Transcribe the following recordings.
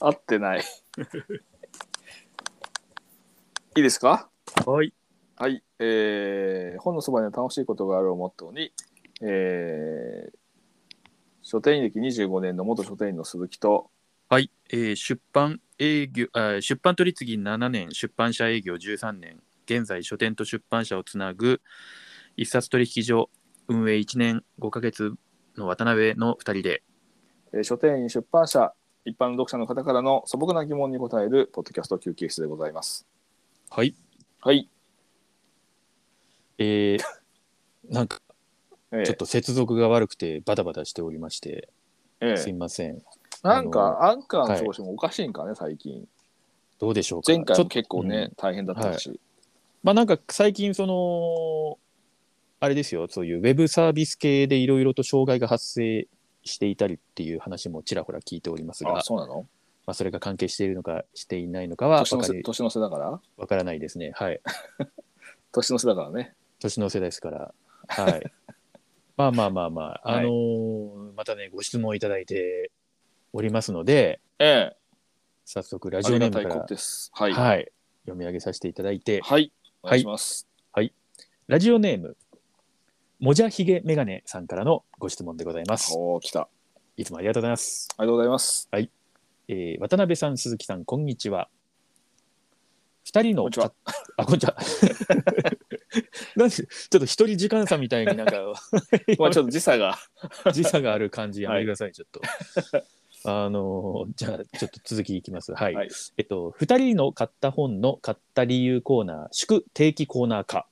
合ってない。いいですかはい。はい、えー本のそばには楽しいことがあるをモットーに、えー書店員歴25年の元書店員の鈴木と、はい。えー出版営業、あー出版取次7年、出版社営業13年、現在書店と出版社をつなぐ一冊取引所運営1年5ヶ月の渡辺の2人で、えー書店員出版社一般の読者の方からの素朴な疑問に答えるポッドキャスト休憩室でございます。はい。はい、えー なんかえーちょっと接続が悪くてバタバタしておりまして、えすいーません。なんあかアンカーの調子もおかしいんかね、最近。どうでしょうか。前回ちょもっと結構ね、うん大変だったし、まあなんか最近そのあれですよそういうウェブサービス系でいろいろと障害が発生していたりっていう話もちらほら聞いておりますがあ、そうなのまあ、それが関係しているのかしていないのかは年わのか瀬り年の瀬だからわからないですね はい年の瀬だからね。年の世代ですからはいまあまあまあまああのーまたねご質問いただいておりますのでえ早速えラあジオりネがーたいムかことらです。はい。はい。はい、読み上げさせていただいてお願いします。ラジオネームもじゃひげメガネさんからのご質問でございますおお、来た。あいつもありがとうございます。りがとうございます。えー渡辺さん、鈴木さん、こんにちは。二人のこんにちは あ、こんにちは。なんで、ちょっと一人時間差みたいにな んか、 まあちょっと時差が。時差がある感じやめてください、ちょっ と。あのーじゃあ、ちょっと続きいきます。はい。はいえっと、二人の買った本の買った理由コーナー、祝定期コーナー化。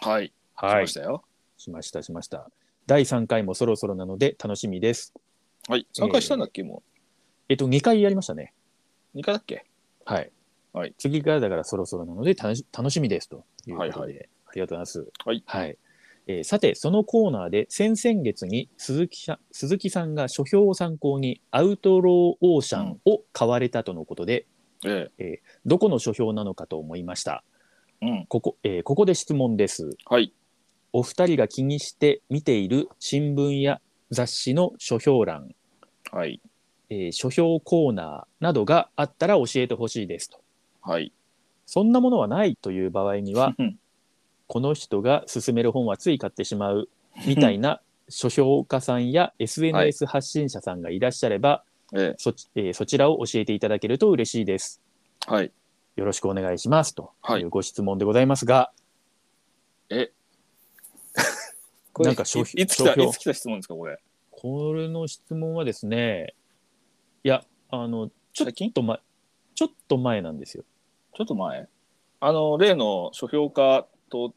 はい。は来いまし。たよ。しました、しました。第三回もそろそろなので楽しみです。はい。3回したんだっけ、もえっと、二回やりましたね。う。2回だっけはい。はい次からだからそろそろなので楽し楽しみですというこはとで、いはありがとうございます。はいえーさて、そのコーナーで先々月に鈴木さん鈴木さんが書評を参考にアウトローオーシャンを買われたとのことで、えどこの書評なのかと思いました。え。うん。ここ,、えーここで質問です。はい。お二人が気にして見ている新聞や雑誌の書評欄、はい。えー書評コーナーなどがあったら教えてほしいですと。はい。そんなものはないという場合には、この人が勧める本はつい買ってし まうみたいな書評家さんや SNS 発信者さんがいらっしゃれば、ええ。そちえーそちらを教えていただけると嬉しいです。はい。よろしくお願いしますとはいいうご質問でございますが、これ なんか書評いいつ来た、書評いつ来た質問ですか、これ。これの質問はですね、いや、あの、ちょ最っと前、ちょっと前なんですよ。ちょっと前。あの、例の書評家と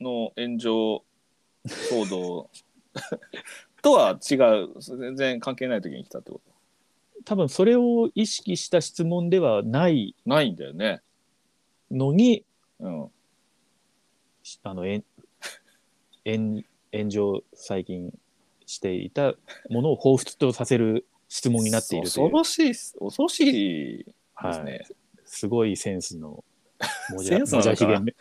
の炎上騒 動とは違う。全然関係ない時に来たってこと。多分それを意識した質問ではないないんだよね。のに、うん。あの、えん 炎炎上最近していたものを彷彿とさせる質問になっていると恐いうろしいっす、恐ろしいですはい、ね。すごいセンスのもセンスなのかひげめ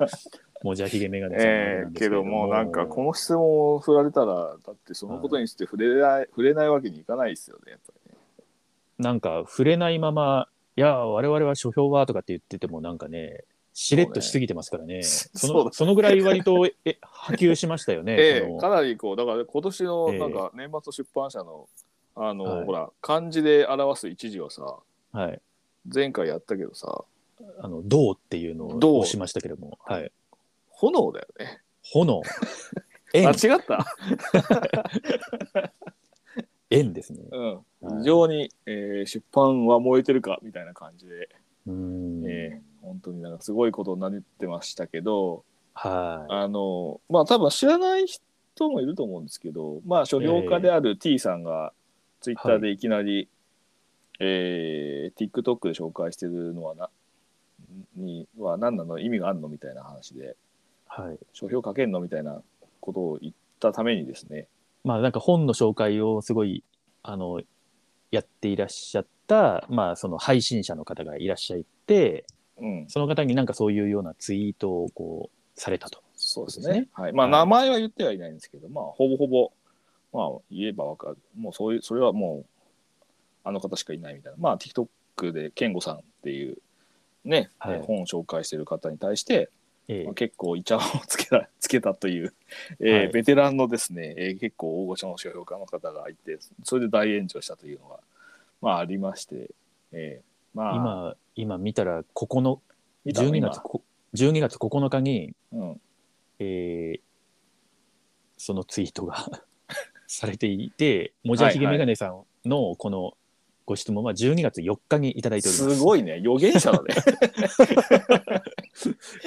もじゃひげメガネさんえなんえですけれどもなんかこのの質問を振られたらだってそのことにして触れない、触れないわけにいかないですよねやっぱりねなんか触れないまま「いや我々は書評は」とかって言っててもなんかねしれっとしすぎてますからねそそうねそうのだそのぐらい割とえ波及しましたよね ええそのかなりこうだから今年のええなんか年末出版社の、あの、はいほら漢字で表す一字をさはい、前回やったけどさあの「銅」っていうのを銅押しましたけども、はい、炎だよね炎間円違った、 円ですねうんはい非常に、えー出版は燃えてるかみたいな感じで、うーん、ええ本当になんかすごいことになってましたけど、はいあのまあ多分知らない人もいると思うんですけど、まあ、書評家である T さんがツイッターでいきなり、えー TikTok で紹介してるのはなには何なの意味があるのみたいな話ではい書評書けんのみたいなことを言ったためにですねまあなんか本の紹介をすごいあのやっていらっしゃった、まあ、その配信者の方がいらっしゃってうんその方になんかそういうようなツイートをこうされたと。そうですねそうですねはいまあはい名前は言ってはいないんですけど、まあほぼほぼまあ言えばわかる。もうそういう、それはもう、あの方しかいないみたいな。まあ TikTok で、健吾さんっていうね、はい本を紹介してる方に対して、えまあ結構イチャをつけた つけたという、えーはいベテランのですね、えー結構大御所の書評家の方がいて、それで大炎上したというのが、まあありまして、えーまあ、今今見たらここの見たの12月こ12月9日に、今うん、えーそのツイートが されていてもじゃひげメガネさんのこのご質問は12月4日にいただいておりますすごいね、予言者だ ね。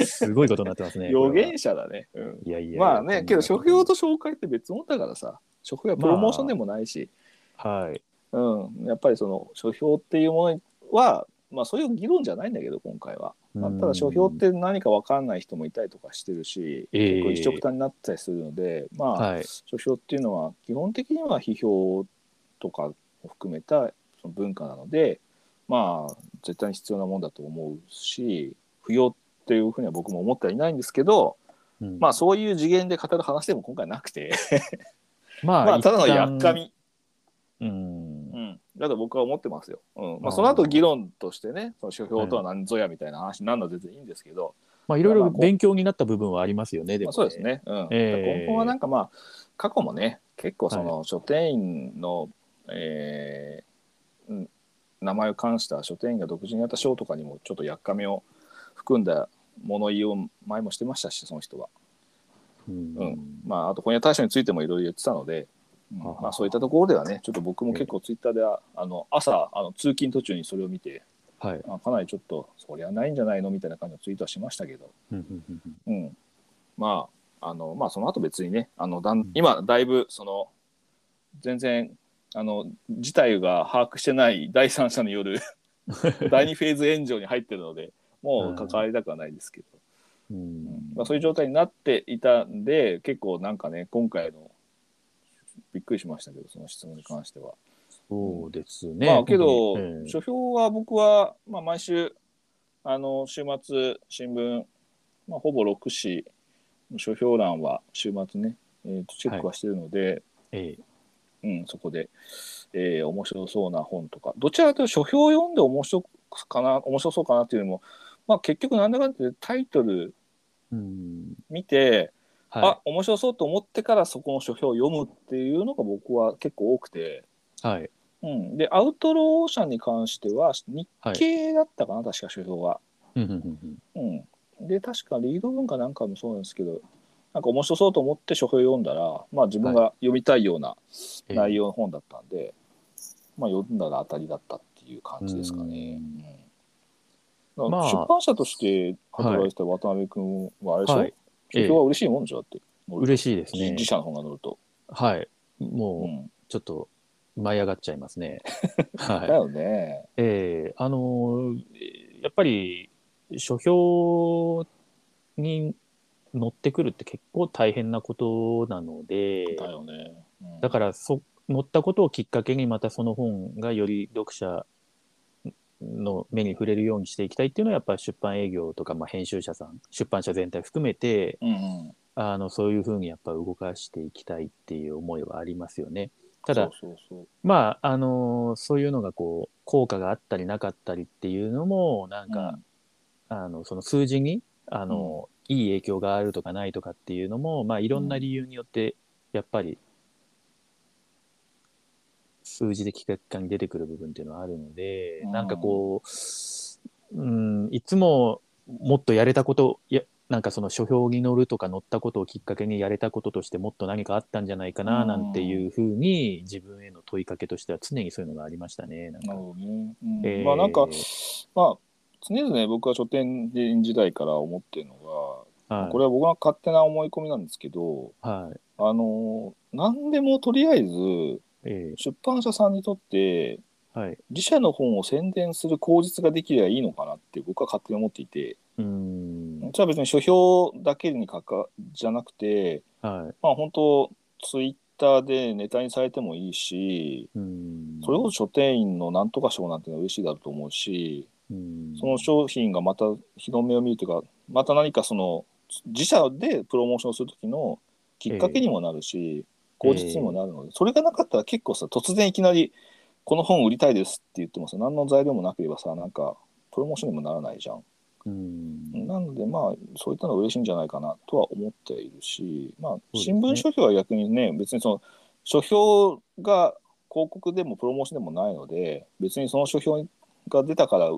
すごいことになってますね予これは言者だね。うんいやいやいやまあね、けどそん書な評と紹介って別物だからさ、書評はプロモーションでもないし、はいうん、やっぱりその書評っていうものは、まあそういう議論じゃないんだけど、今回は。まあただ書評っうんて何か分かんない人もいたりとかしてるし、え結え構一色単になってたりするので、まあ、はい書評っていうのは基本的には批評とかを含めたその文化なのでまあ絶対に必要なもんだと思うし不要っていうふうには僕も思ってはいないんですけど、うんまあそういう次元で語る話でも今回なくてままあただの一旦やっかみ、うんうん、だと僕は思ってますよ。うんまああ、ーその後議論としてねその書評とは何ぞやみたいな話になるのは全然いいんですけど、まあいろいまろあまあ勉強になった部分はありますよねでまもあ、そうですね。うん。え根え本はなんかまあ過去もね結構その書店員の、えーうん名前を冠した書店員が独自にやった賞とかにもちょっとやっかみを含んだ物言いを前もしてましたしその人は。うんうまああと本屋大賞についてもいろいろ言ってたので。うんははまあ、そういったところではね、ちょっと僕も結構ツイッターでは、あの朝あの、通勤途中にそれを見て、はいあかなりちょっと、そりゃないんじゃないのみたいな感じのツイートはしましたけど、うんうんうんうんうん、まああのまあその後別にねあのだん、うん今だいぶその全然あの事態が把握してない第三者による第二フェーズ炎上に入ってるのでもう関わりたくはないですけど、ううんんまあ、そういう状態になっていたんで結構なんかね今回のびっくりしましたけどその質問に関しては。そうですね。まあけど、本当にええ書評は僕は、まあ、毎週あの週末新聞、まあ、ほぼ6紙書評欄は週末ね、えーとチェックはしてるので、ええうん、そこで、えー面白そうな本とかどちらかというと書評を読んで面白くかな面白そうかなっていうよりも、まあ、結局なんだかんだでタイトルうん見て、はあ面白そうと思ってからそこの書評を読むっていうのが僕は結構多くて。いはいうん、で、アウトローオーシャンに関しては、日はい系だったかな、確か首相は。うんうんうんうん。で、確かリード文化なんかもそうなんですけど、なんか面白そうと思って書評を読んだら、まあ自分が読みたいようなええ内容の本だったんで、まあ読んだら当たりだったっていう感じですかね。うんまあ出版社として働いてた渡辺君はあれでしょ、はいええ書評は嬉しいもんでしょだって、嬉しいですね自。社の本が載ると。はい。う、もうんちょっと舞い上がっちゃいま すね。だはい。よね。ええあのーやっぱり書評に乗ってくるって結構大変なことなので、だよね。うんだからそ載ったことをきっかけにまたその本がより読者の目に触れるようにしていきたいっていうのはやっぱり出版営業とか、まあ、編集者さん出版社全体含めてうんうん、あのそういうふうにやっぱ動かしていきたいっていう思いはありますよね。ただそうそうそうまああのそういうのがこう効果があったりなかったりっていうのもなんか、あのその数字にあの、いい影響があるとかないとかっていうのも、まあ、いろんな理由によってやっぱり数字で企画化に出てくる部分っていうのはあるので、うんなんかこう、うん、いつももっとやれたことやなんかその書評に乗るとか乗ったことをきっかけにやれたこととしてもっと何かあったんじゃないかなうんなんていうふうに自分への問いかけとしては常にそういうのがありましたね。なんなかるほどね。うんえーまあなんか、まあ、常々僕は書店員時代から思ってるのが、はいこれは僕の勝手な思い込みなんですけど、はいあの、何でもとりあえず、え出版社さんにとって、えはい自社の本を宣伝する口実ができればいいのかなって僕は勝手に思っていて、うんそれは別に書評だけにかかじゃなくて、はまあ本当、ツイッターでネタにされてもいいし、いうんそれこそ書店員のなんとか賞なんてのは嬉しいだろうと思うし、うんその商品がまた日の目を見るというか、また何かその自社でプロモーションするときのきっかけにもなるし、口実にもなるので、それがなかったら結構さ突然いきなり「この本売りたいです」って言ってもさ何の材料もなければさなんかプロモーションにもならないじゃん。うんなのでまあそういったのは嬉しいんじゃないかなとは思っているし、まあ、です新ね聞書評は逆にね別にその書評が広告でもプロモーションでもないので別にその書評が出たから売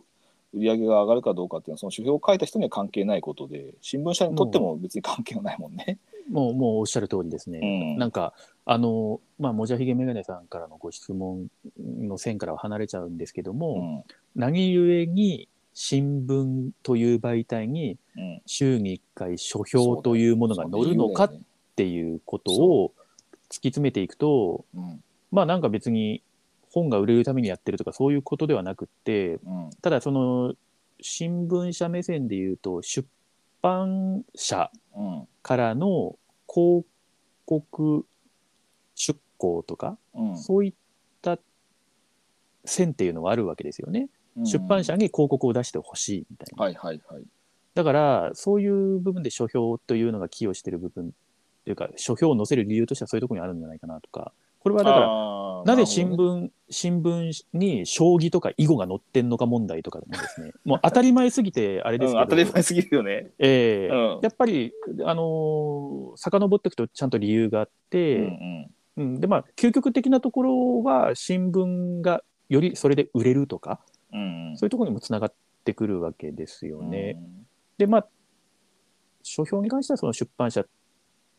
り上げが上がるかどうかっていうのはその書評を書いた人には関係ないことで新聞社にとっても別に関係はないもんね。もう、もうおっしゃる通りですね。うんなんか、あの、まあ、もじゃひげメガネさんからのご質問の線からは離れちゃうんですけどうんも、何故に新聞という媒体にうん週に1回書評というものが載るのかっそうだよねていうことを突き詰めていくと、うんまあなんか別に本が売れるためにやってるとかそういうことではなくって、うんただその新聞社目線で言うと出版社うんからの広告出稿とか、うんそういった線っていうのはあるわけですよね。うん出版社に広告を出してほしいみたいな。はいはいはい。だからそういう部分で書評というのが寄与してる部分というか書評を載せる理由としてはそういうところにあるんじゃないかなとかこれはだかららなぜ新聞、新聞に将棋とか囲碁が載ってんのか問題とかでもですねもう当たり前すぎ てあれですけど、当たり前すぎるよね。ええうんやっぱりあのー遡っていくとちゃんと理由があっうんうて、んうんでまあ究極的なところは新聞がよりそれで売れるとかうんうんそういうところにもつながってくるわけですよね。うんでまあ書評に関してはその出版社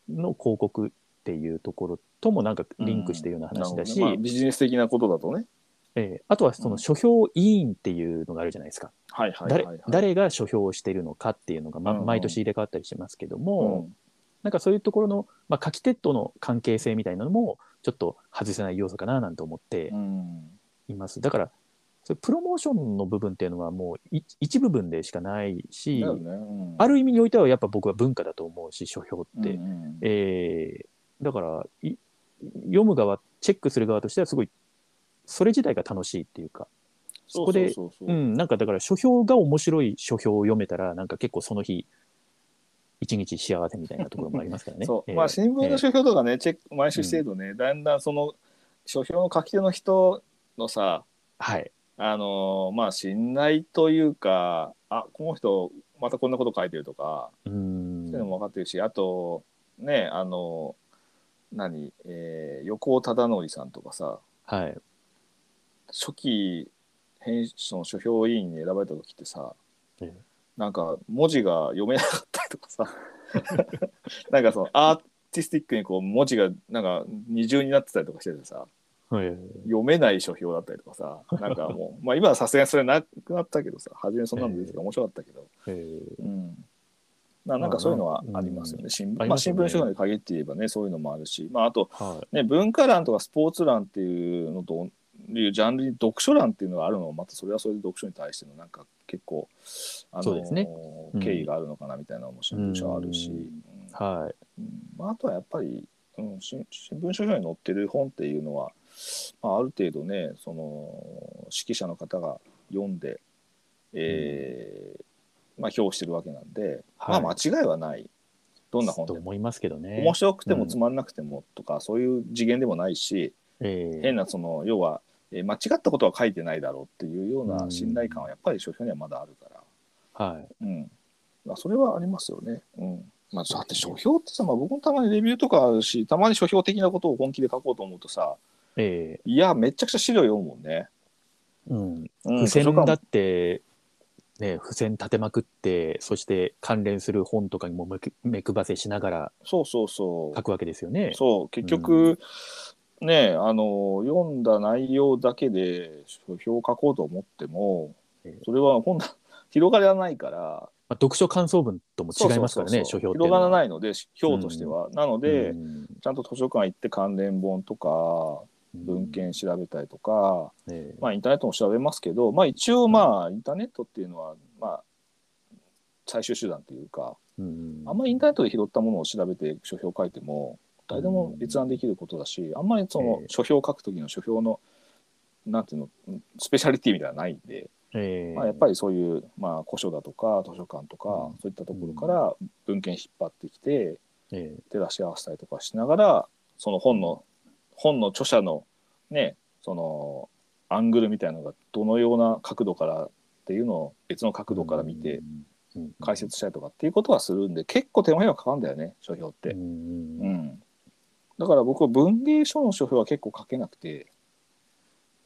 の広告っていうところともなんかリンクしてるような話だし、なるほどねまあビジネス的なことだとね。えーあとはその書評委員っていうのがあるじゃないですか、はいはいはい、誰はい。誰が書評をしているのかっていうのが、まうんうん毎年入れ替わったりしますけどうも、んなんかそういうところの、まあ、書き手との関係性みたいなのもちょっと外せない要素かななんて思ってうんいます。だからそれプロモーションの部分っていうのはもうい一部分でしかないし、だよねうんある意味においてはやっぱ僕は文化だと思うし書評って、うんうんえーだからい読む側チェックする側としてはすごいそれ自体が楽しいっていうか、そこでうそうそううそう、ん、なんかだから書評が面白い書評を読めたらなんか結構その日一日幸せみたいなところもありますからね。そう えーまあ新聞の書評とかね、チェック毎週制度ね、だんだんその書評の書き手の人のさはい、あのーまあ信頼というかあこの人またこんなこと書いてるとか、うーそんういうのも分かってるしあとねあの何、えー横尾忠則さんとかさはい初期編その書評委員に選ばれた時ってさ、ええなんか文字が読めなかったりとかさ なんかそのアーティスティックにこう文字がなんか二重になってたりとかしててさはい読めない書評だったりとかさなんかもう まあ今はさすがにそれなくなったけどさ初めそんなの出てて面白かったけど、えーうんななんかそういうのはありますよね、うん新聞ありまあ、ます新よね聞書評に限って言えばねそういうのもあるし、まあ、あと、はいね、文化欄とかスポーツ欄っていうのというジャンルに読書欄っていうのがあるのもまたそれはそれで読書に対してのなんか結構あのそうですねうん敬意があるのかなみたいなのも新聞社はあるし、ううんんはいうんまあ、あとはやっぱり、うん、新新聞書評に載ってる本っていうのは、まあ、ある程度ねその指揮者の方が読んで、えーまあ、評してるわけなんで、はいまあ間違いはないどんな本とでも。思いますけどね。面白くてもつまんなくてもとか、そういう次元でもないし、えー変なその要は、えー間違ったことは書いてないだろうっていうよううなん信頼感はやっぱり書評にはまだあるから、はいうんまあ、それはありますよね。うんまあ、だって書評ってさ、まあ、僕もたまにレビューとかあるしたまに書評的なことを本気で書こうと思うとさえいやめちゃくちゃ資料読むもんね。ーうん、うん図付書箋館だって、ね、付箋立てまくってそして関連する本とかにも目く目配せしながらそうそうそ書くわけですよねう。そう結局、ねあの読んだ内容だけで書評を書こうと思ってもええそれは本来 広がりはないからまあ、読書感想文とも違いますからそうそうそねうそう書評っていう広のがは。らないいので表としては、なので、ちゃんと図書館行って関連本とか文献調べたりとか、ええまあインターネットも調べますけど、まあ、一応まあインターネットっていうのはまあ最終手段というかうんあんまりインターネットで拾ったものを調べて書評を書いても誰でも閲覧できることだしあんまりそのええ書評を書く時の書評のなんていうのうんスペシャリティみたいなのはないんで、ええまあ、やっぱりそういう、まあ、古書だとか図書館とか、うんそういったところから文献引っ張ってきてええ照らし合わせたりとかしながらその本の本の著者のねそのアングルみたいなのがどのような角度からっていうのを別の角度から見て解説したりとかっていうことはするんで結構手間がかかるんだよね書評って、ううんん、だから僕は文芸書の書評は結構書けなくて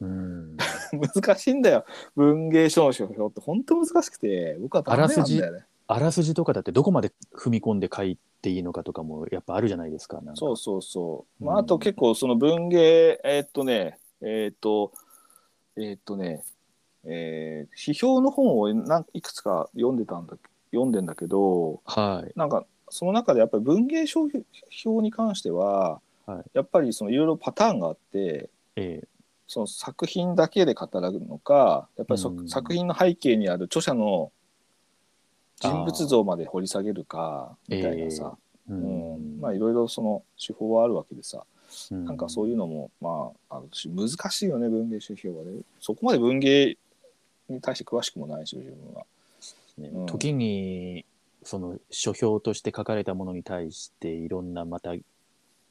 うん難しいんだよ文芸書の書評って本当難しくて僕はダメなんだよねあらすじとかだってどこまで踏み込んで書いていいのかとかもやっぱあるじゃないですかなんかそうそうそう、まあ、うんあと結構その文芸えーっとねえーっとえーっとねえー批評の本をなんいくつか読んでたんだ読んでんだけどはいなんかその中でやっぱり文芸書評に関しては、はいやっぱりそのいろいろパターンがあってええその作品だけで語るのかやっぱりそ、うん作品の背景にある著者の人物像まで掘り下げるかみたいなさ、ううんまあいろいろその手法はあるわけでさなんかそういいうのもまああるし難しいよね文芸書評はねそこまで文芸に対して詳しくもないし自分は。うね、うん時にその書評として書かれたものに対していろんなまた疑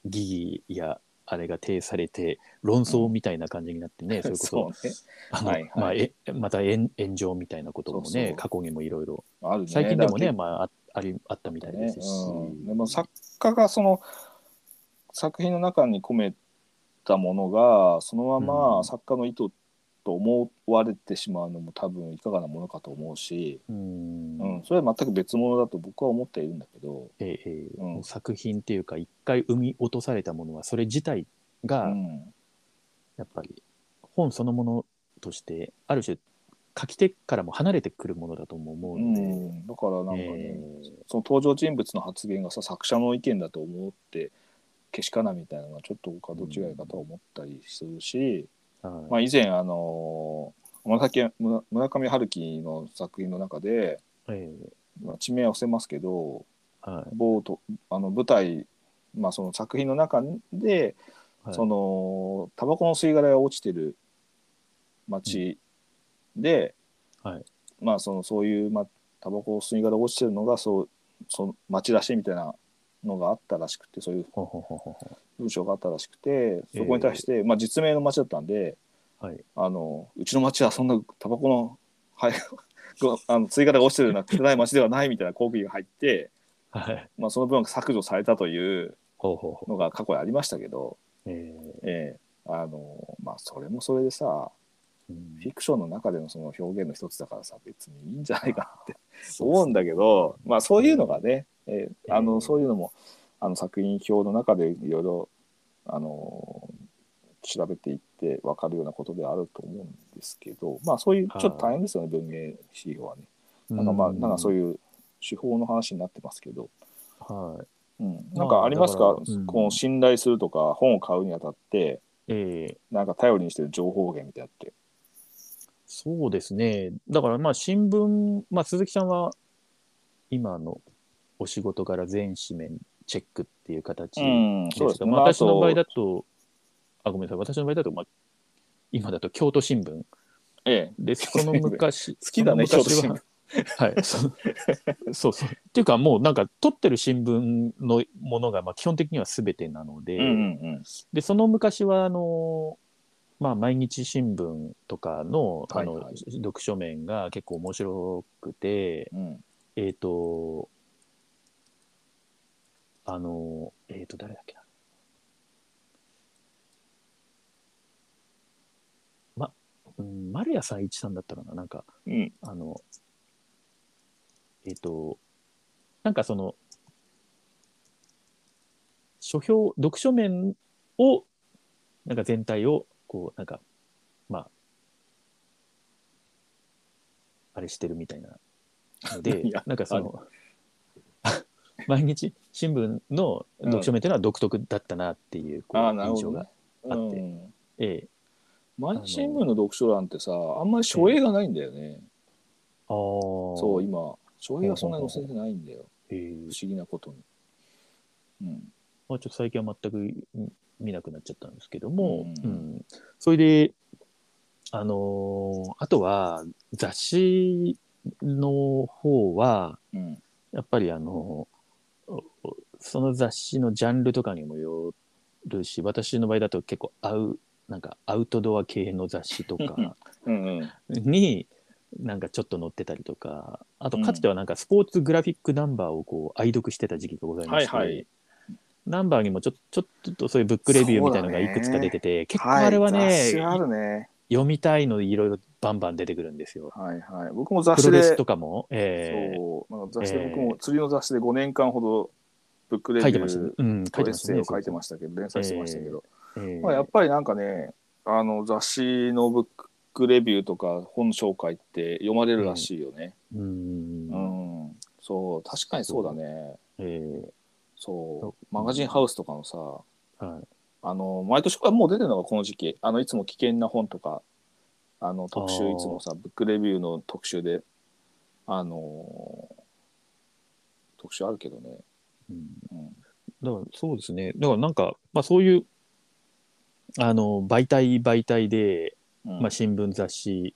義やあれが呈されて論争みたいな感じになってね、そ れこそうねあのはいはいまあえまた炎炎上みたいなこともねそうそう過去にもいろいろあるね最近でもねだかまああありあったみたらいですし、うん、でも作家がその作品の中に込めたものがそのまうまん作家の意図と思われてしまうのも多分いかがなものかと思うし、うんうん、それは全く別物だと僕は思っているんだけど、ええええうんもう作品っていうか一回生み落とされたものはそれ自体うがん、やっぱり本そのものとしてある種書き手からも離れてくるものだとも思ううので、ん、だからなんかね、えその登場人物の発言がさ作者の意見だと思ってけしからんみたいなのはちょっと僕はどっちがいいかとは思ったりするし、えはいまあ、以前あのー村上村村上春樹の作品の中で、えまあ、地名は伏せますけどえはい某とあの舞台、まあ、その作品の中で、はいそのタバコの吸い殻が落ちてる町で、はいまあそのそういう、まあ、タバコを吸い殻が落ちてるのがそうその町らしいみたいなのがあったらしくてそういうほうほうほうほうほ文章があったらしくてそこに対して、まあ、実名の町だったんでうはいあのうちの町はそんなタバコのはい ごあの吸い殻が落ちてるような汚い町ではないみたいな抗議が入って、はいまあ、その分削除されたというほうほうほのが過去にありましたけど、うええええあのまあそれもそれでさうんフィクションの中でのその表現の一つだからさ別にいいんじゃないかなってそう思うんだけどまあそういうのがね、ええあえのえそういうのもあの作品表の中でいろいろあの調べていって分かるようなことではあると思うんですけどまあそういうちょっはいと大変ですよね文芸指標はね。なんかまあなんかそういう手法の話になってますけど、うんはいうん、なんかありますか,、まあだからうんこの信頼するとか本を買うにあたってええなんか頼りにしてる情報源みたいなって。そうですね。だからまあ新聞、まあ、鈴木さんは今のお仕事から全紙面チェックっていう形んですが、まあ私の場合だと、あ、ごめんなさい、私の場合だと、まあ、今だと京都新聞ええ、で、その昔、好 好きだね、京都新聞。 はい、そそうそう。っていうか、もうなんか、取ってる新聞のものが、まあ、基本的には全てなので、うんうんでその昔はあの、まあ、毎日新聞とかのあの、はいはい読書面が結構面白くてうん。うんえっ、とあのえっ、と誰だっけなまうん丸谷さん一さんだったかななんかうん。あのえっ、となんかその書評読書面をなんか全体をこうなんかまああれしてるみたいなの でいやなんかその 毎日新聞の読書面っていうのは独特だったなっていうこうああ、なる印ほど象が、ね。あってうんええ毎日新聞の読書欄ってさ、あんまり書影がないんだよね。ああそ、そう今。書影がそんなに載せてないんだよ。不ええ思議なことに。うん。まあ、ちょっと最近は全くうん見なくなっちゃったんですけども、ううんんそれで、あのーあとは雑誌の方はうん。やっぱりあのおその雑誌のジャンルとかにもよるし私の場合だと結構合うなんかアウトドア系の雑誌と かうんうんになんかちょっと載ってたりとかあとうんかつてはなんかスポーツグラフィックナンバーをこう愛読してた時期がございまして、はいはいナンバーにもちょちょっとそういうブックレビューみたいなのがいくつか出てて、結構あれはね、い雑誌あるね読みたいのいろいろバンバン出てくるんですよ。はいはい僕も雑誌プロレでスとかも、えーそうなんか雑誌えでー僕も釣りの雑誌で5年間ほどブックレビ書ュいてましたねー。うん、書といエッてましたセイねを。書いてましたけど連載してましたけど、えーまあ、やっぱりなんかねあの雑誌のブックレビューとか本紹介って読まれるらしいよねう、うんん、そう確かにそうだねえーそうマガジンハウスとかのさはいあの毎年これはもう出てるのがこの時期あのいつも危険な本とかあの特集あーいつもさブックレビューの特集であのー特集あるけどね、うんうん、だからそうですね。だからなんか、まあそういう、あの、媒体媒体で、うんまあ新聞雑誌、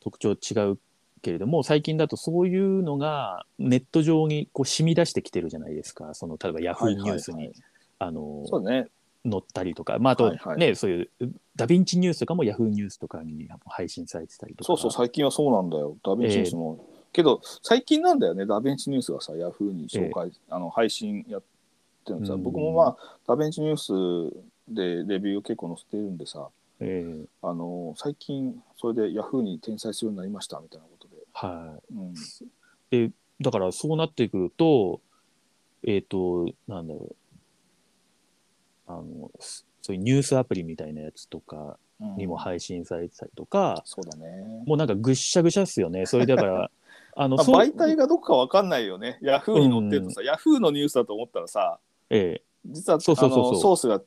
特徴違うけれども、最近だとそういうのがネット上にこう染み出してきてるじゃないですか。その、例えばヤフーニュースに、はいはいはいあの、そうだね載ったりとか、まあ、あと、はいはいね、そういうダヴィンチニュースとかもヤフーニュースとかに配信されてたりとか。そうそう最近はそうなんだよダヴィンチニュースも、けど最近なんだよねダヴィンチニュースがさヤフーに紹介、あの配信やってるのさ、うん僕もまあダヴィンチニュースでレビューを結構載せてるんでさええあの最近それでヤフーに転載するようになりましたみたいなことで、はうん、い。だから、そうなってくると、えっ、と、なんだろう。あの、すそういうニュースアプリみたいなやつとかにもい、配信されてたりとか、そうだね。もうなんかぐっしゃぐしゃっす よね。それだから、あの、まあ、そう媒体がどこかわかんないよね。ヤフーに載ってるとさ、ヤフーのニュースだと思ったらさ、ええ実はそうそうそうそあうのソースが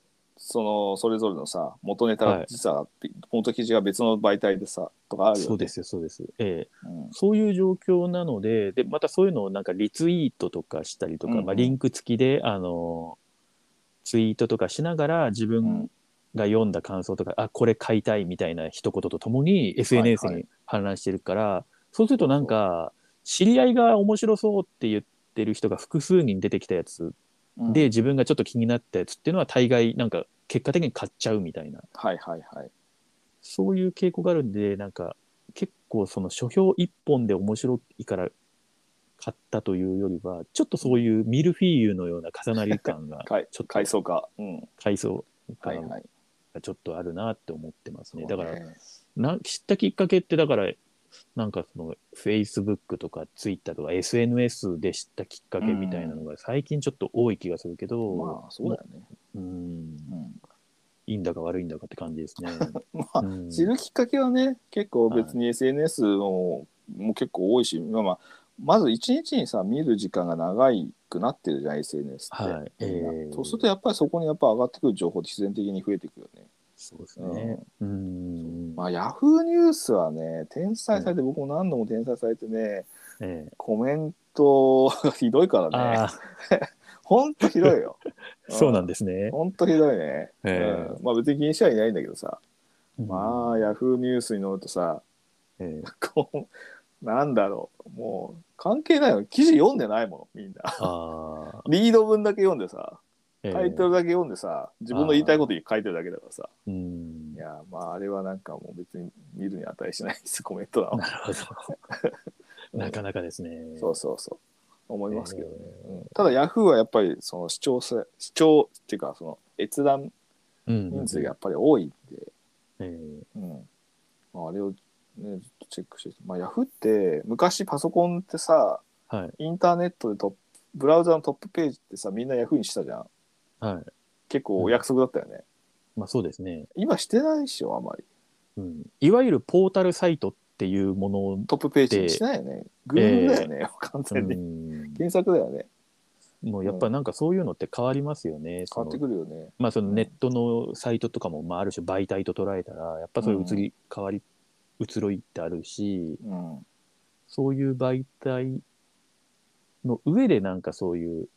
そのそれぞれのさ、元ネタはがい実は、元記事が別の媒体でさとかあるよね。そうですよ、そうです。ええうんそういう状況なので、で、またそういうのをなんかリツイートとかしたりとか、うんうんまあ、リンク付きで、あの、ツイートとかしながら自分が読んだ感想とか、あ、これ買いたいみたいな一言とともに SNS はいはに氾濫してるから、そうするとなんか、知り合いが面白そうって言ってる人が複数人出てきたやつうんで、自分がちょっと気になったやつっていうのは大概なんか結果的に買っちゃうみたいな。はいはいはい。、そういう傾向があるんで、なんか結構その書評一本で面白いから買ったというよりは、ちょっとそういうミルフィーユのような重なり感が かいちょっと階層か。うん。階層はい感はい。がちょっとあるなって思ってますね。だから、そうねな知ったきっかけって、だから、なんかその Facebook とか Twitter とか SNS で知ったきっかけみたいなのが最近ちょっと多い気がするけど、まあそうだよね。うん、うんいいんだか悪いんだかって感じですね。 まあうん知るきっかけはね結構別に SNS も,、もう結構多いし、まあまあ、まず一日にさ見る時間が長くなってるじゃん SNS って、はいえーそうするとやっぱりそこにやっぱ上がってくる情報って必然的に増えてくよね、そうですね。うん。まあ、ヤフーニュースはね転載されて、僕も何度も転載されてねええコメント ひどいからあねあ、ほんとひどい よそうなんですね。ほんとひどいね、ええうんまあ別に気にしてはいないんだけどさあ、まあヤフーニュースに載るとさええこう、なんだろう、もう関係ないの、記事読んでないもの、みんな。ああ、リード文だけ読んでさ、ええタイトルだけ読んでさ、自分の言いたいこと書いてるだけだからさ、うん。いなるや、まあ、あれはなんかもう別に見るに値しないです、コメント欄は。ほど。なかなかですね。そうそうそう、思いますけどね。うんただ、ヤフーはやっぱり、その視聴者、視聴っていうか、その閲覧うん。人数がやっぱり多いんで、えうえん。まあ、あれをね、ずっとチェックして、まあ、ヤフーって、昔パソコンってさ、はい。インターネットでトップブラウザのトップページってさみんなヤフーにしたじゃんは結構お約束だったよね、い。まあそうですね。今してないでしょあまりうん。いわゆるポータルサイトっていうものを、トップページにしてないよね Google だよね、完う全に、ん、検索だよねもうやっぱなんかそういうのって変わりますよね。変わってそのくるよねまあそのネットのサイトとかも、まあある種媒体と捉えたら、やっぱそういう移り変わり、移ろいってあるし、うんそういう媒体の上でなんかそういう、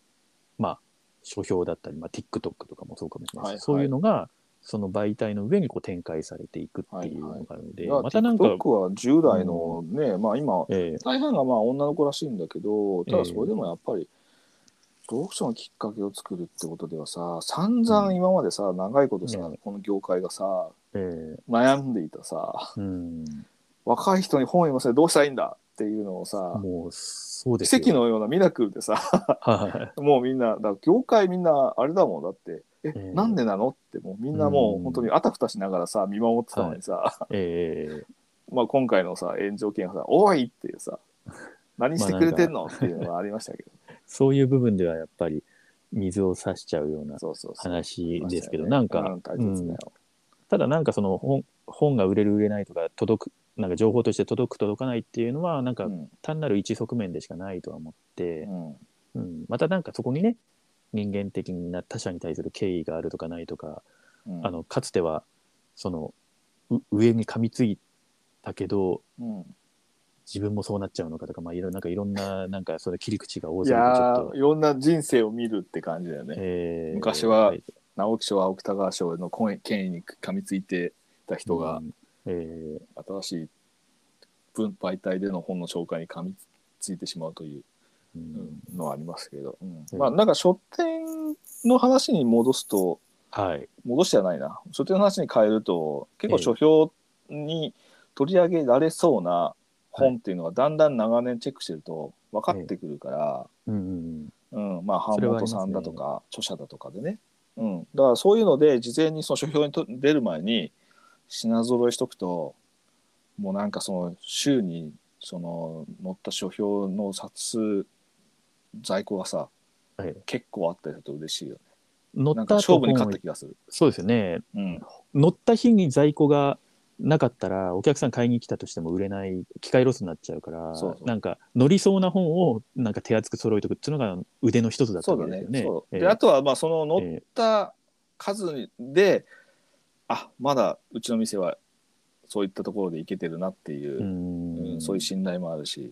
まあ、書評だったり、まあ、TikTok とかもそうかもしれないし、はいはいそういうのが、その媒体の上にこう展開されていくっていうのがあるのいで、やまたなんか、 TikTok は10代のね、まあ今ええ大半がまあ女の子らしいんだけどただそれでもやっぱり、読書のきっかけを作るってことではさ散々今までさ、長いことさ、うんこの業界がさえー悩んでいたさうん、若い人に本を読ませてどうしたらいいんだっていうのをさもうそうです奇よ跡のようなミラクルでさはもうみんなだから業界みんなあれだもんだってえ、う んなんでなのってもうみんなもううん本当にあたふたしながらさ見守ってたのにさ、い、えーまあ今回のさ炎上件がさ「おい!」っていうさ「何してくれてんの?」っていうのがありました けどそういう部分ではやっぱり水を差しちゃうようなそうそうそう。話ですけど、なんか、うん大切だよ。ただなんかその本本が売れる売れないとか届くなんか情報として届く届かないっていうのはなんうかん単なる一側面でしかないとは思って、うんうんまたなんかそこにね人間的な他者に対する敬意があるとかないとか、うんあのかつてはそのう上に噛みついたけどうん自分もそうなっちゃうのかとか、まあ、いろなんかいろんななんかそれ切り口が多いすぎてちょやっとー、いろんな人生を見るって感じだよね。えー昔はい直木賞、青芥川賞の権威に噛みついてた人がう、んえー新しい文媒体での本の紹介に噛みついてしまうというううんんのはありますけど、うんうんまあなんか書店の話に戻すと、はい戻してはないな書店の話に変えると結構ええ書評に取り上げられそうな本っていうのがだんだん長年チェックしてると分かってくるから、うんうんうん、まあそ版れはあ元りますねさんだとか、著者だとかでね、うん、だからそういうので事前にその書評にと出る前に品揃えしとくともうなんかその週にその載った書評の冊数在庫がさうんはい結構あったりすると嬉しいよね。乗なっんかた勝後負に勝っ本をた気がする。そうですよねうん、乗った日に在庫がなかったらお客さん買いに来たとしても売れない機械ロスになっちゃうからそうそうなんか乗りそうな本をなんか手厚く揃えておくっていうのが腕の一つだったそわうけだですねよね。そうえでえあとはまあその乗っええた数で、あまだうちの店はそういったところでいけてるなっていうう、んうんそういう信頼もあるし、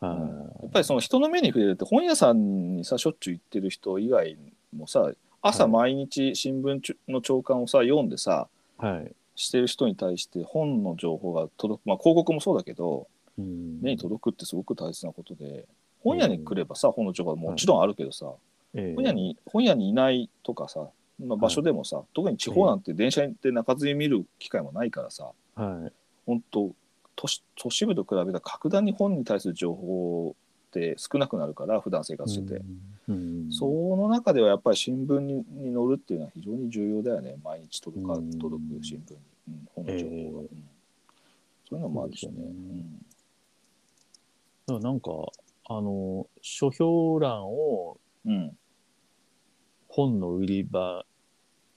はいやっぱりその人の目に触れるって本屋さんにさしょっちゅう行ってる人以外もさ朝毎日新聞ちょの朝刊をさ読んでさはいしてる人に対して本の情報が届く、まあ、広告もそうだけどうん目に届くってすごく大切なことで本屋に来ればさ本の情報はもちろんあるけどさ、ええ本屋に本屋にいないとかさ、まあ、場所でもさ、特に地方なんて電車で泣かずに見る機会もないからさはい本当都市都市部と比べたら格段に本に対する情報って少なくなるから普段生活してて、うんその中ではやっぱり新聞にに載るっていうのは非常に重要だよね毎日届か、うん届く新聞に、うん、本の情報が、ええうんそういうのもあるしね。そうですよねうんだからなんかあの書評欄をうん本の売り場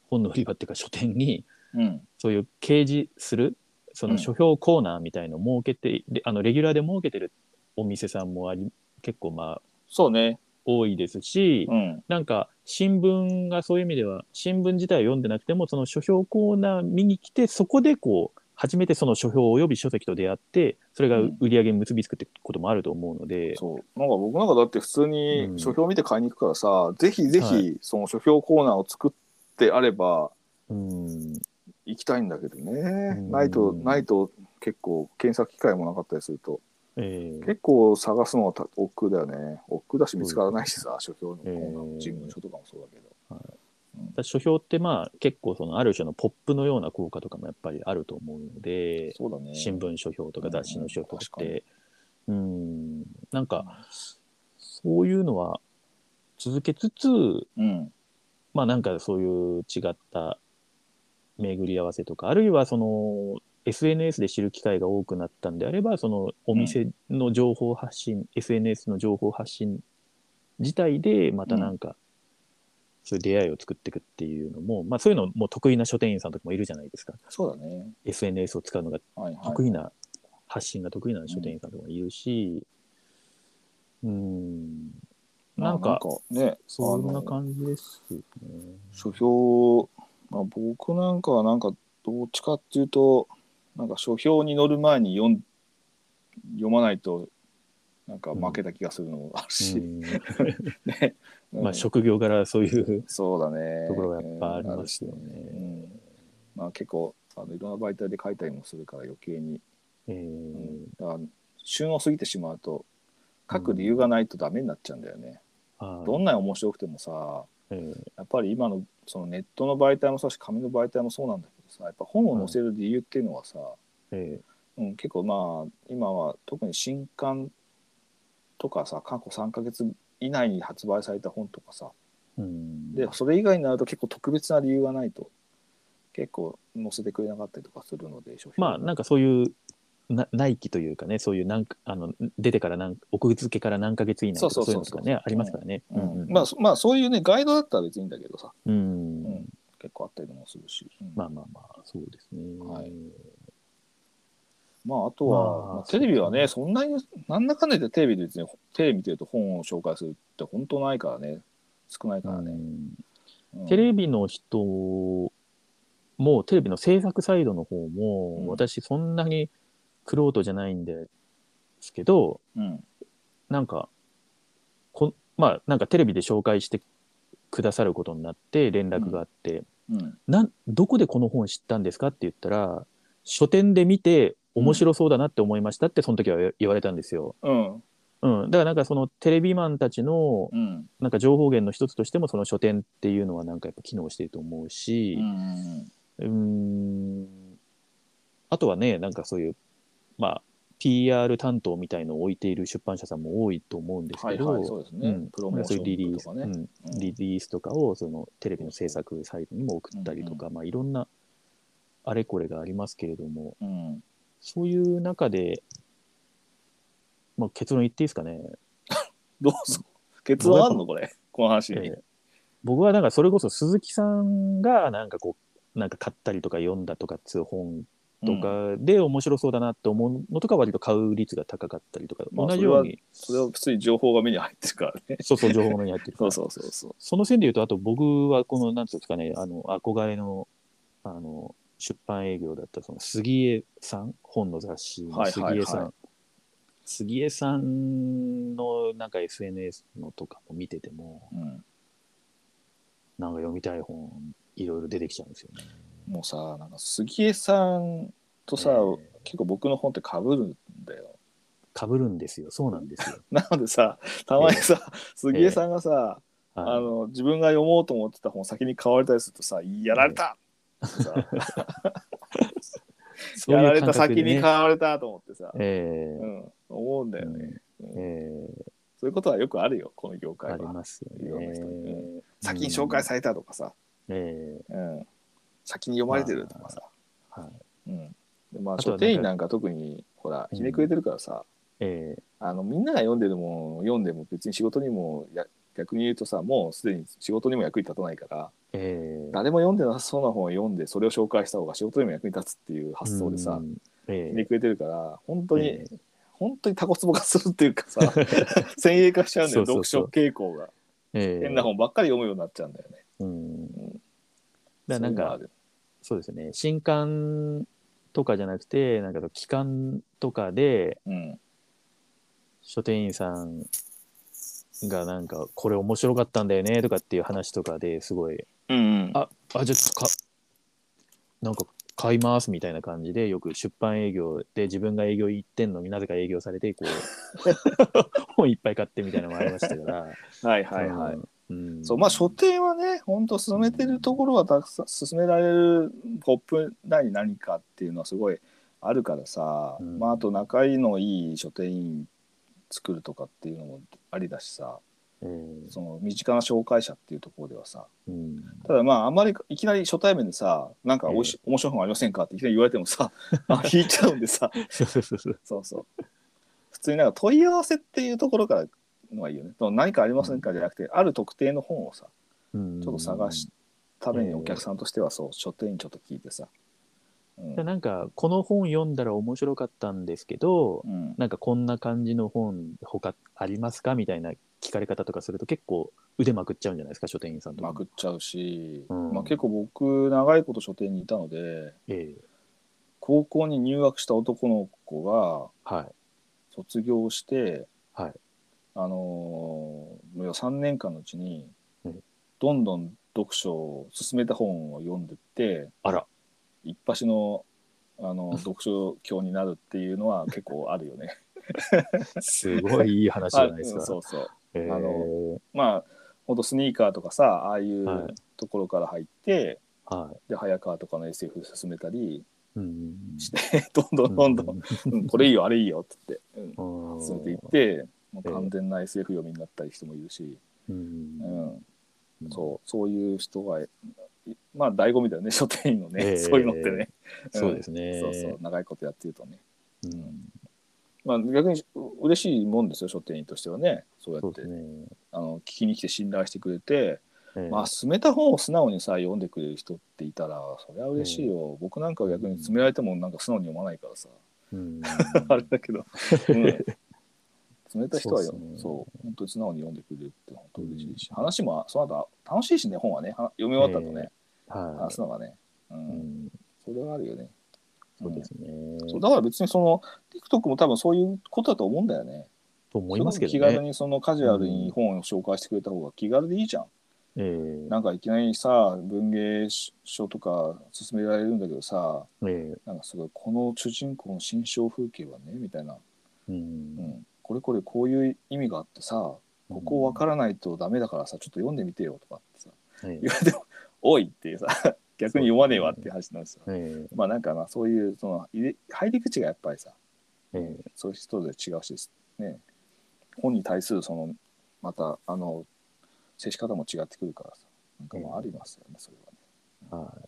本の売り場っていうか書店にうんそういう掲示するそうんの書評コーナーみたいのを設けて、であのレギュラーで設けてるお店さんもあり結構まあそうね、多いですし、うん、なんか新聞がそういう意味では新聞自体を読んでなくてもその書評コーナー見に来てそこでこう初めてその書評および書籍と出会ってそれがうん売り上げに結びつくってこともあると思うので、そうなんか僕なんかだって普通にうん書評見て買いに行くからさ、ぜひぜはひその書評コーナーを作ってあればうん行きたいんだけどね、んないとないと結構検索機会もなかったりするとえー結構探すのはた億劫だよね億劫だし見つからないしさ、書評のコーナーえもー人文書とかもそうだけど、だから書評ってまあ結構そのある種のポップのような効果とかもやっぱりあると思うので。そうだね新聞書評とか雑誌の書評っうんうんて、うん、なんかそういうのは続けつつ、うんまあなんかそういう違った巡り合わせとか、あるいはその SNS で知る機会が多くなったんであれば、そのお店の情報発信、SNS の情報発信自体でまたなんか、そういう出会いを作っていくっていうのも、まあそういうのも得意な書店員さんとかもいるじゃないですか。そうだね SNS を使うのがはいはい得意な、発信が得意な書店員さんとかもいるし、うん、なんまあか、ねそんあなの感じですよね。書評、まあ、僕なんかはなんかどっちかっていうとなんか書評に載る前に読ん読まないとなんか負けた気がするのもあるし、ねうん、まあ、書職業柄そういうそうだねところがやっぱありますよね。うんまあ、結構あのいろんな媒体で書いたりもするから余計に、えうーんだから旬を過ぎてしまうと書く理由がないとダメになっちゃうんだよね、はいどんなに面白くてもさえーやっぱり今のそのネットの媒体もそうだし紙の媒体もそうなんだけどさやっぱ本を載せる理由っていうのはさ、えうん、結構まあ今は特に新刊とかさ過去3ヶ月以内に発売された本とかさーうんでそれ以外になると結構特別な理由がないと結構載せてくれなかったりとかするので商品まあなんかそういうな内期というかねそういうなんかあの出てからなん奥付けから何ヶ月以内とかそそううそういそううのそとうかねありますからね。うんうんうんまあそまあそういうねガイドだったら別にいいんだけどさ、うんうん、結構あったりもするし、うんまあまあまあそうですね。はいまああとは、まあまあテレビはねそそんなになんだかんだ言ってテレビで別にテレビ見てると本を紹介するって本当ないからね少ないからうね、んうんテレビの人もテレビの制作サイドの方も、うん私そんなに苦労人じゃないんですけどうんなんかこんまあなんかテレビで紹介してくださることになって連絡があって、うんなんどこでこの本知ったんですかって言ったら書店で見て面白そうだなって思いましたってその時は言われたんですよ。うんうん、だからなんかそのテレビマンたちのうんなんか情報源の一つとしてもその書店っていうのはなんかやっぱ機能してると思うし、うんうーんあとはね、なんかそういう、まあ、PR 担当みたいのを置いている出版社さんも多いと思うんですはけいど、はいそうですね、うんプロモーシそういうリョリンーとス、かね、うんうんリリースとかをそのテレビの制作サイトにも送ったりとか、まあ、いろんなあれこれがありますけれども、うん、そういう中で、まあ、結論言っていいですかね。どうぞ結論あんのこれこの話に、ええ僕はなんかそれこそ鈴木さんがなんかこうなんか買ったりとか読んだとかっつう本とかで面白そうだなって思うのとか割と買う率が高かったりとか、まあ同じようにそれは普通に情報が目に入ってるからねそうそう情報のに入ってる かそらうそうそうそうその線で言うとあと僕はこのなんていうんですかねあの憧れのあの出版営業だったその杉江さん本の雑誌のはいはいはい杉江さん、杉江さんのなんか SNS のとかも見ててもうんなんか読みたい本いろいろ出てきちゃうんですよね。もうさなんか杉江さんとさ、ええ結構僕の本ってかぶるんだよかぶるんですよそうなんですよ。なのでさたまにさ、杉江さんがさ、 あはいの自分が読もうと思ってた本を先に買われたりするとさ「やられた!」ってさ そうやいらうれ感た覚先でねに買われたと思ってさ、えうえん、思うんだよね、うんえそういうことはよくあるよこの業え界ありはますいよろんなね人にね。先に紹介されたとかさ、れ、ええうん、先に読まれてるとかさ、はいうんでまああと書はなんか店員なんか特にほらひねくれてるからさ、ええあのみんなが読んでるもん読んでも別に仕事にもや逆に言うとさもうすでに仕事にも役に立たないからええ誰も読んでなさそうな本を読んでそれを紹介した方が仕事にも役に立つっていう発想でさ、うんえひえねくれてるから本当に、え本当にタコツボ化するっていう かさ先鋭化しちゃうんだよそうそうそう読書傾向がええ変な本ばっかり読むようになっちゃうんだよね。うん、だうんからなんかそうですね新刊とかじゃなくてなんかその期間とかでそういうのはある書店員さんがなんかこれ面白かったんだよねとかっていう話とかですごいうんうんうんああじゃあちょっとかなんか買いますみたいな感じでよく出版営業で自分が営業行ってんのになぜか営業されてこう 本いっぱい買ってみたいなのもありましたからはいはいはい。、うん、そうまあ書店はね本当進めてるところはたくさん進められるポップ内に何かっていうのはすごいあるからさ、うんまああと仲いいのいい書店員作るとかっていうのもありだしさえその身近な紹介者っていうところではさーうんただまああんまりいきなり初対面でさなんかおいし、面白い本ありませんかっていきなり言われても さあ引いちゃうんでさそうそうそうそうそうそう普通になんか問い合わせっていうところからのはいいよねその何かありませんかじゃなくてある特定の本をさうんちょっと探すためにお客さんとしてはそう、書店員ちょっと聞いてさ。うんでなんかこの本読んだら面白かったんですけどうんなんかこんな感じの本他ありますかみたいな聞かれ方とかすると結構腕まくっちゃうんじゃないですか書店員さんとかまくっちゃうし、うんまあ、結構僕長いこと書店にいたのでええ高校に入学した男の子がはい卒業して、はいあのー要は3年間のうちにうんどんどん読書を進めた本を読んでってあら一発のあの読書狂にな るっていうのは結構あるよね。 すごいいい話じゃないですあかそうそうえーあまあほんとスニーカーとかさああいうはいところから入って、はい。で早川とかの SF 進めたりうん。してどんどんどんどん、うんこれいいよあれいいよっつって、うんうん。進めていって、もう完全な SF 読みになったり人もいるし、うんうん、そうそういう人がいまあ醍醐味だよね 書店員のね、えーそういうのってね、うん。そうですね。そうそう長いことやってるとね。うん。まあ、逆にう嬉しいもんですよ書店員としてはねそうやそっうて、ですね。あの聞きに来て信頼してくれて、えーまあ勧めた本を素直にさ読んでくれる人っていたらそりゃ嬉しいよ、僕なんかは逆に勧められてもなんか素直に読まないからさ、うん。 あれだ けど、うん、勧めた人はそそうう,、っすね本当に素直に読んでくれるって本当嬉しいし、話もその後楽しいしね本はねは読み終わった後ね、は話すのがね、うい。うんん。それはあるよねそうですね。そうだから別にその TikTok も多分そういうことだと思うんだよね。と思いますけ気ど軽ね。にそのカジュアルに本を紹介してくれた方が気軽でいいじゃん。えーなんかいきなりさ文芸書とか勧められるんだけどさえーなんかすごいこの主人公の心象風景はねみたいな、う。うんん、これこれこういう意味があってさここわからないとダメだからさちょっと読んでみてよとかってさらない言われても 「おい!」っていうさ逆に読まねえわって話なんですよ。えーまあなんかなそういうその入れ入り口がやっぱりさえーそういう人で違うし、ね、本に対するそのまたあの接し方も違ってくるからさなんかまあありますよね、それはね。は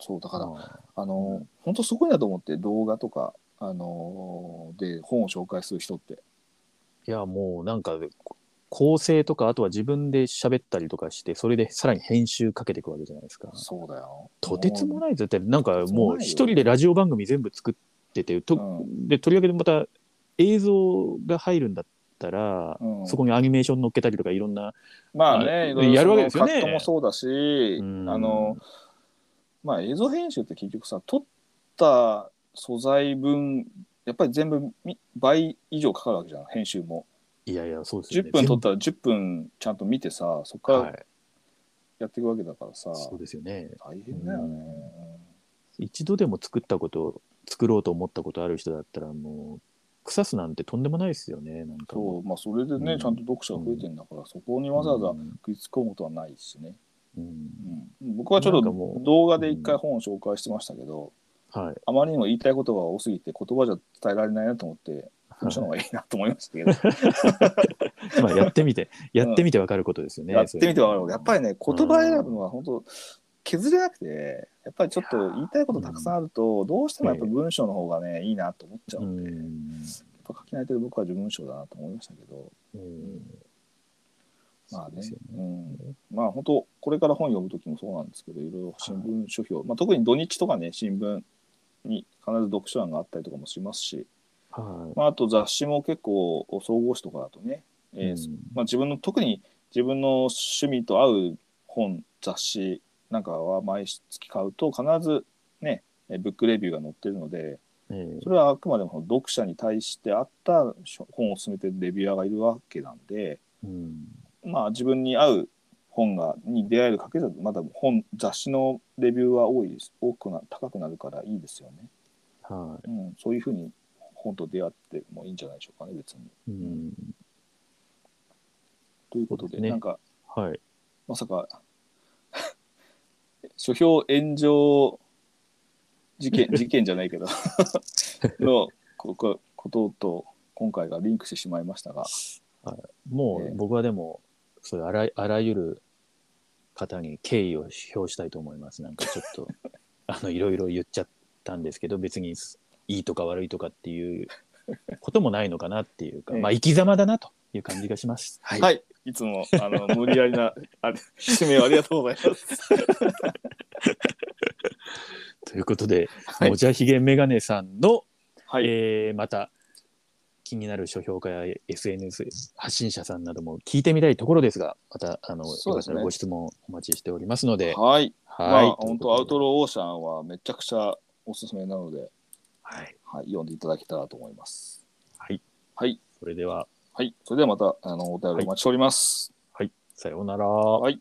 そうだい。から、まああの、う本当すごいなと思って動画とか、あので本を紹介する人って。いや、もうなんか、こ構成とか、あとは自分で喋ったりとかして、それでさらに編集かけていくわけじゃないですか。そうだよ。とてつもい。ない絶対なんかとてつももなういよ一人でラジオ番組全部作っててと、うでとりわけでまた映像が入るんだったら、うんそこにアニメーション乗っけたりとかいろんな、まああね、いろやるわけいろでそすのよねカットもそうだし、うんあの、まあ映像編集って結局さ、撮った素材分、やっぱり全部み倍以上かかるわけじゃん、編集も。いやいやそうですよね10分撮ったら10分ちゃんと見てさそこか全部はらいやっていくわけだからさ、そうですよね大変だよね、一度でも作ったこと作ろうと思ったことある人だったらもう腐すなんてとんでもないですよねなんかそうまあそれでね、うんちゃんと読者が増えてんだから、そこにわざわざうん食いつこむことはないしね、うんうん、僕はちょっなんかもとう動画で一回本を紹介してましたけど、はいあまりにも言いたいことが多すぎて言葉じゃ伝えられないなと思って文章の方がいいなと思いま したけど、まあやっ てみてやってみてわかることですよね、やってみてわかるやっぱりりね言葉選ぶのは本当削れなくてやっぱりちょっと言いたいことたくさんあるとどうしてもやっぱ文章の方がねいいなと思っちゃううんで、やっん、ぱ書き慣れてる僕は自分章だなと思いましたけどうんまあそうでねすようねん、まあ本当これから本読む時もそうなんですけどいろいろ新聞書評、まあ、特に土日とかね新聞に必ず読書欄があったりとかもしますし、はいまあ、あと雑誌も結構総合誌とかだとね、えーうんまあ、自分の特に自分の趣味と合う本雑誌なんかは毎月買うと必ずねえーブックレビューが載ってるのでええそれはあくまでも読者に対して合った書本を勧めてるレビュアーがいるわけなんで、うんまあ、自分に合う本がに出会えるかけだとまだ本雑誌のレビューは多いです多くな高くなるからいいですよね、はうん、そういうふうに本と出会ってもいいんじゃないでしょうかね別に。い。うん。ということで、ねなんかはい。まさか 書評炎上事 件事件じゃないけどのここことと今回がリンクしてしまいましたがもええう僕はでも、そういうあらあらゆる方に敬意を表したいと思います。なんかちょっ と、あの、いろいろ言っちゃったんですけど、別にいいとか悪いとかっていうこともないのかなっていう か、ええまあ生き様だなという感じがします。は、。はいい、つもあの無理やりなあれ指名をありがとうございます。ということで、はいおじゃひげメガネさんの、はい、えーまた、気になる書評家や SNS 発信者さんなども聞いてみたいところですが、また、あの、そうでよかっすたねらご質問お待ちしておりますので、はい、まはい。あ本当アウトー。ローオーシャンはめちゃくちゃおすすめなので、はい。はい、読んでいただけたらと思います。はい。はい、それでは、はい、それではまたあのお便りお待ちしております。さようなら。はい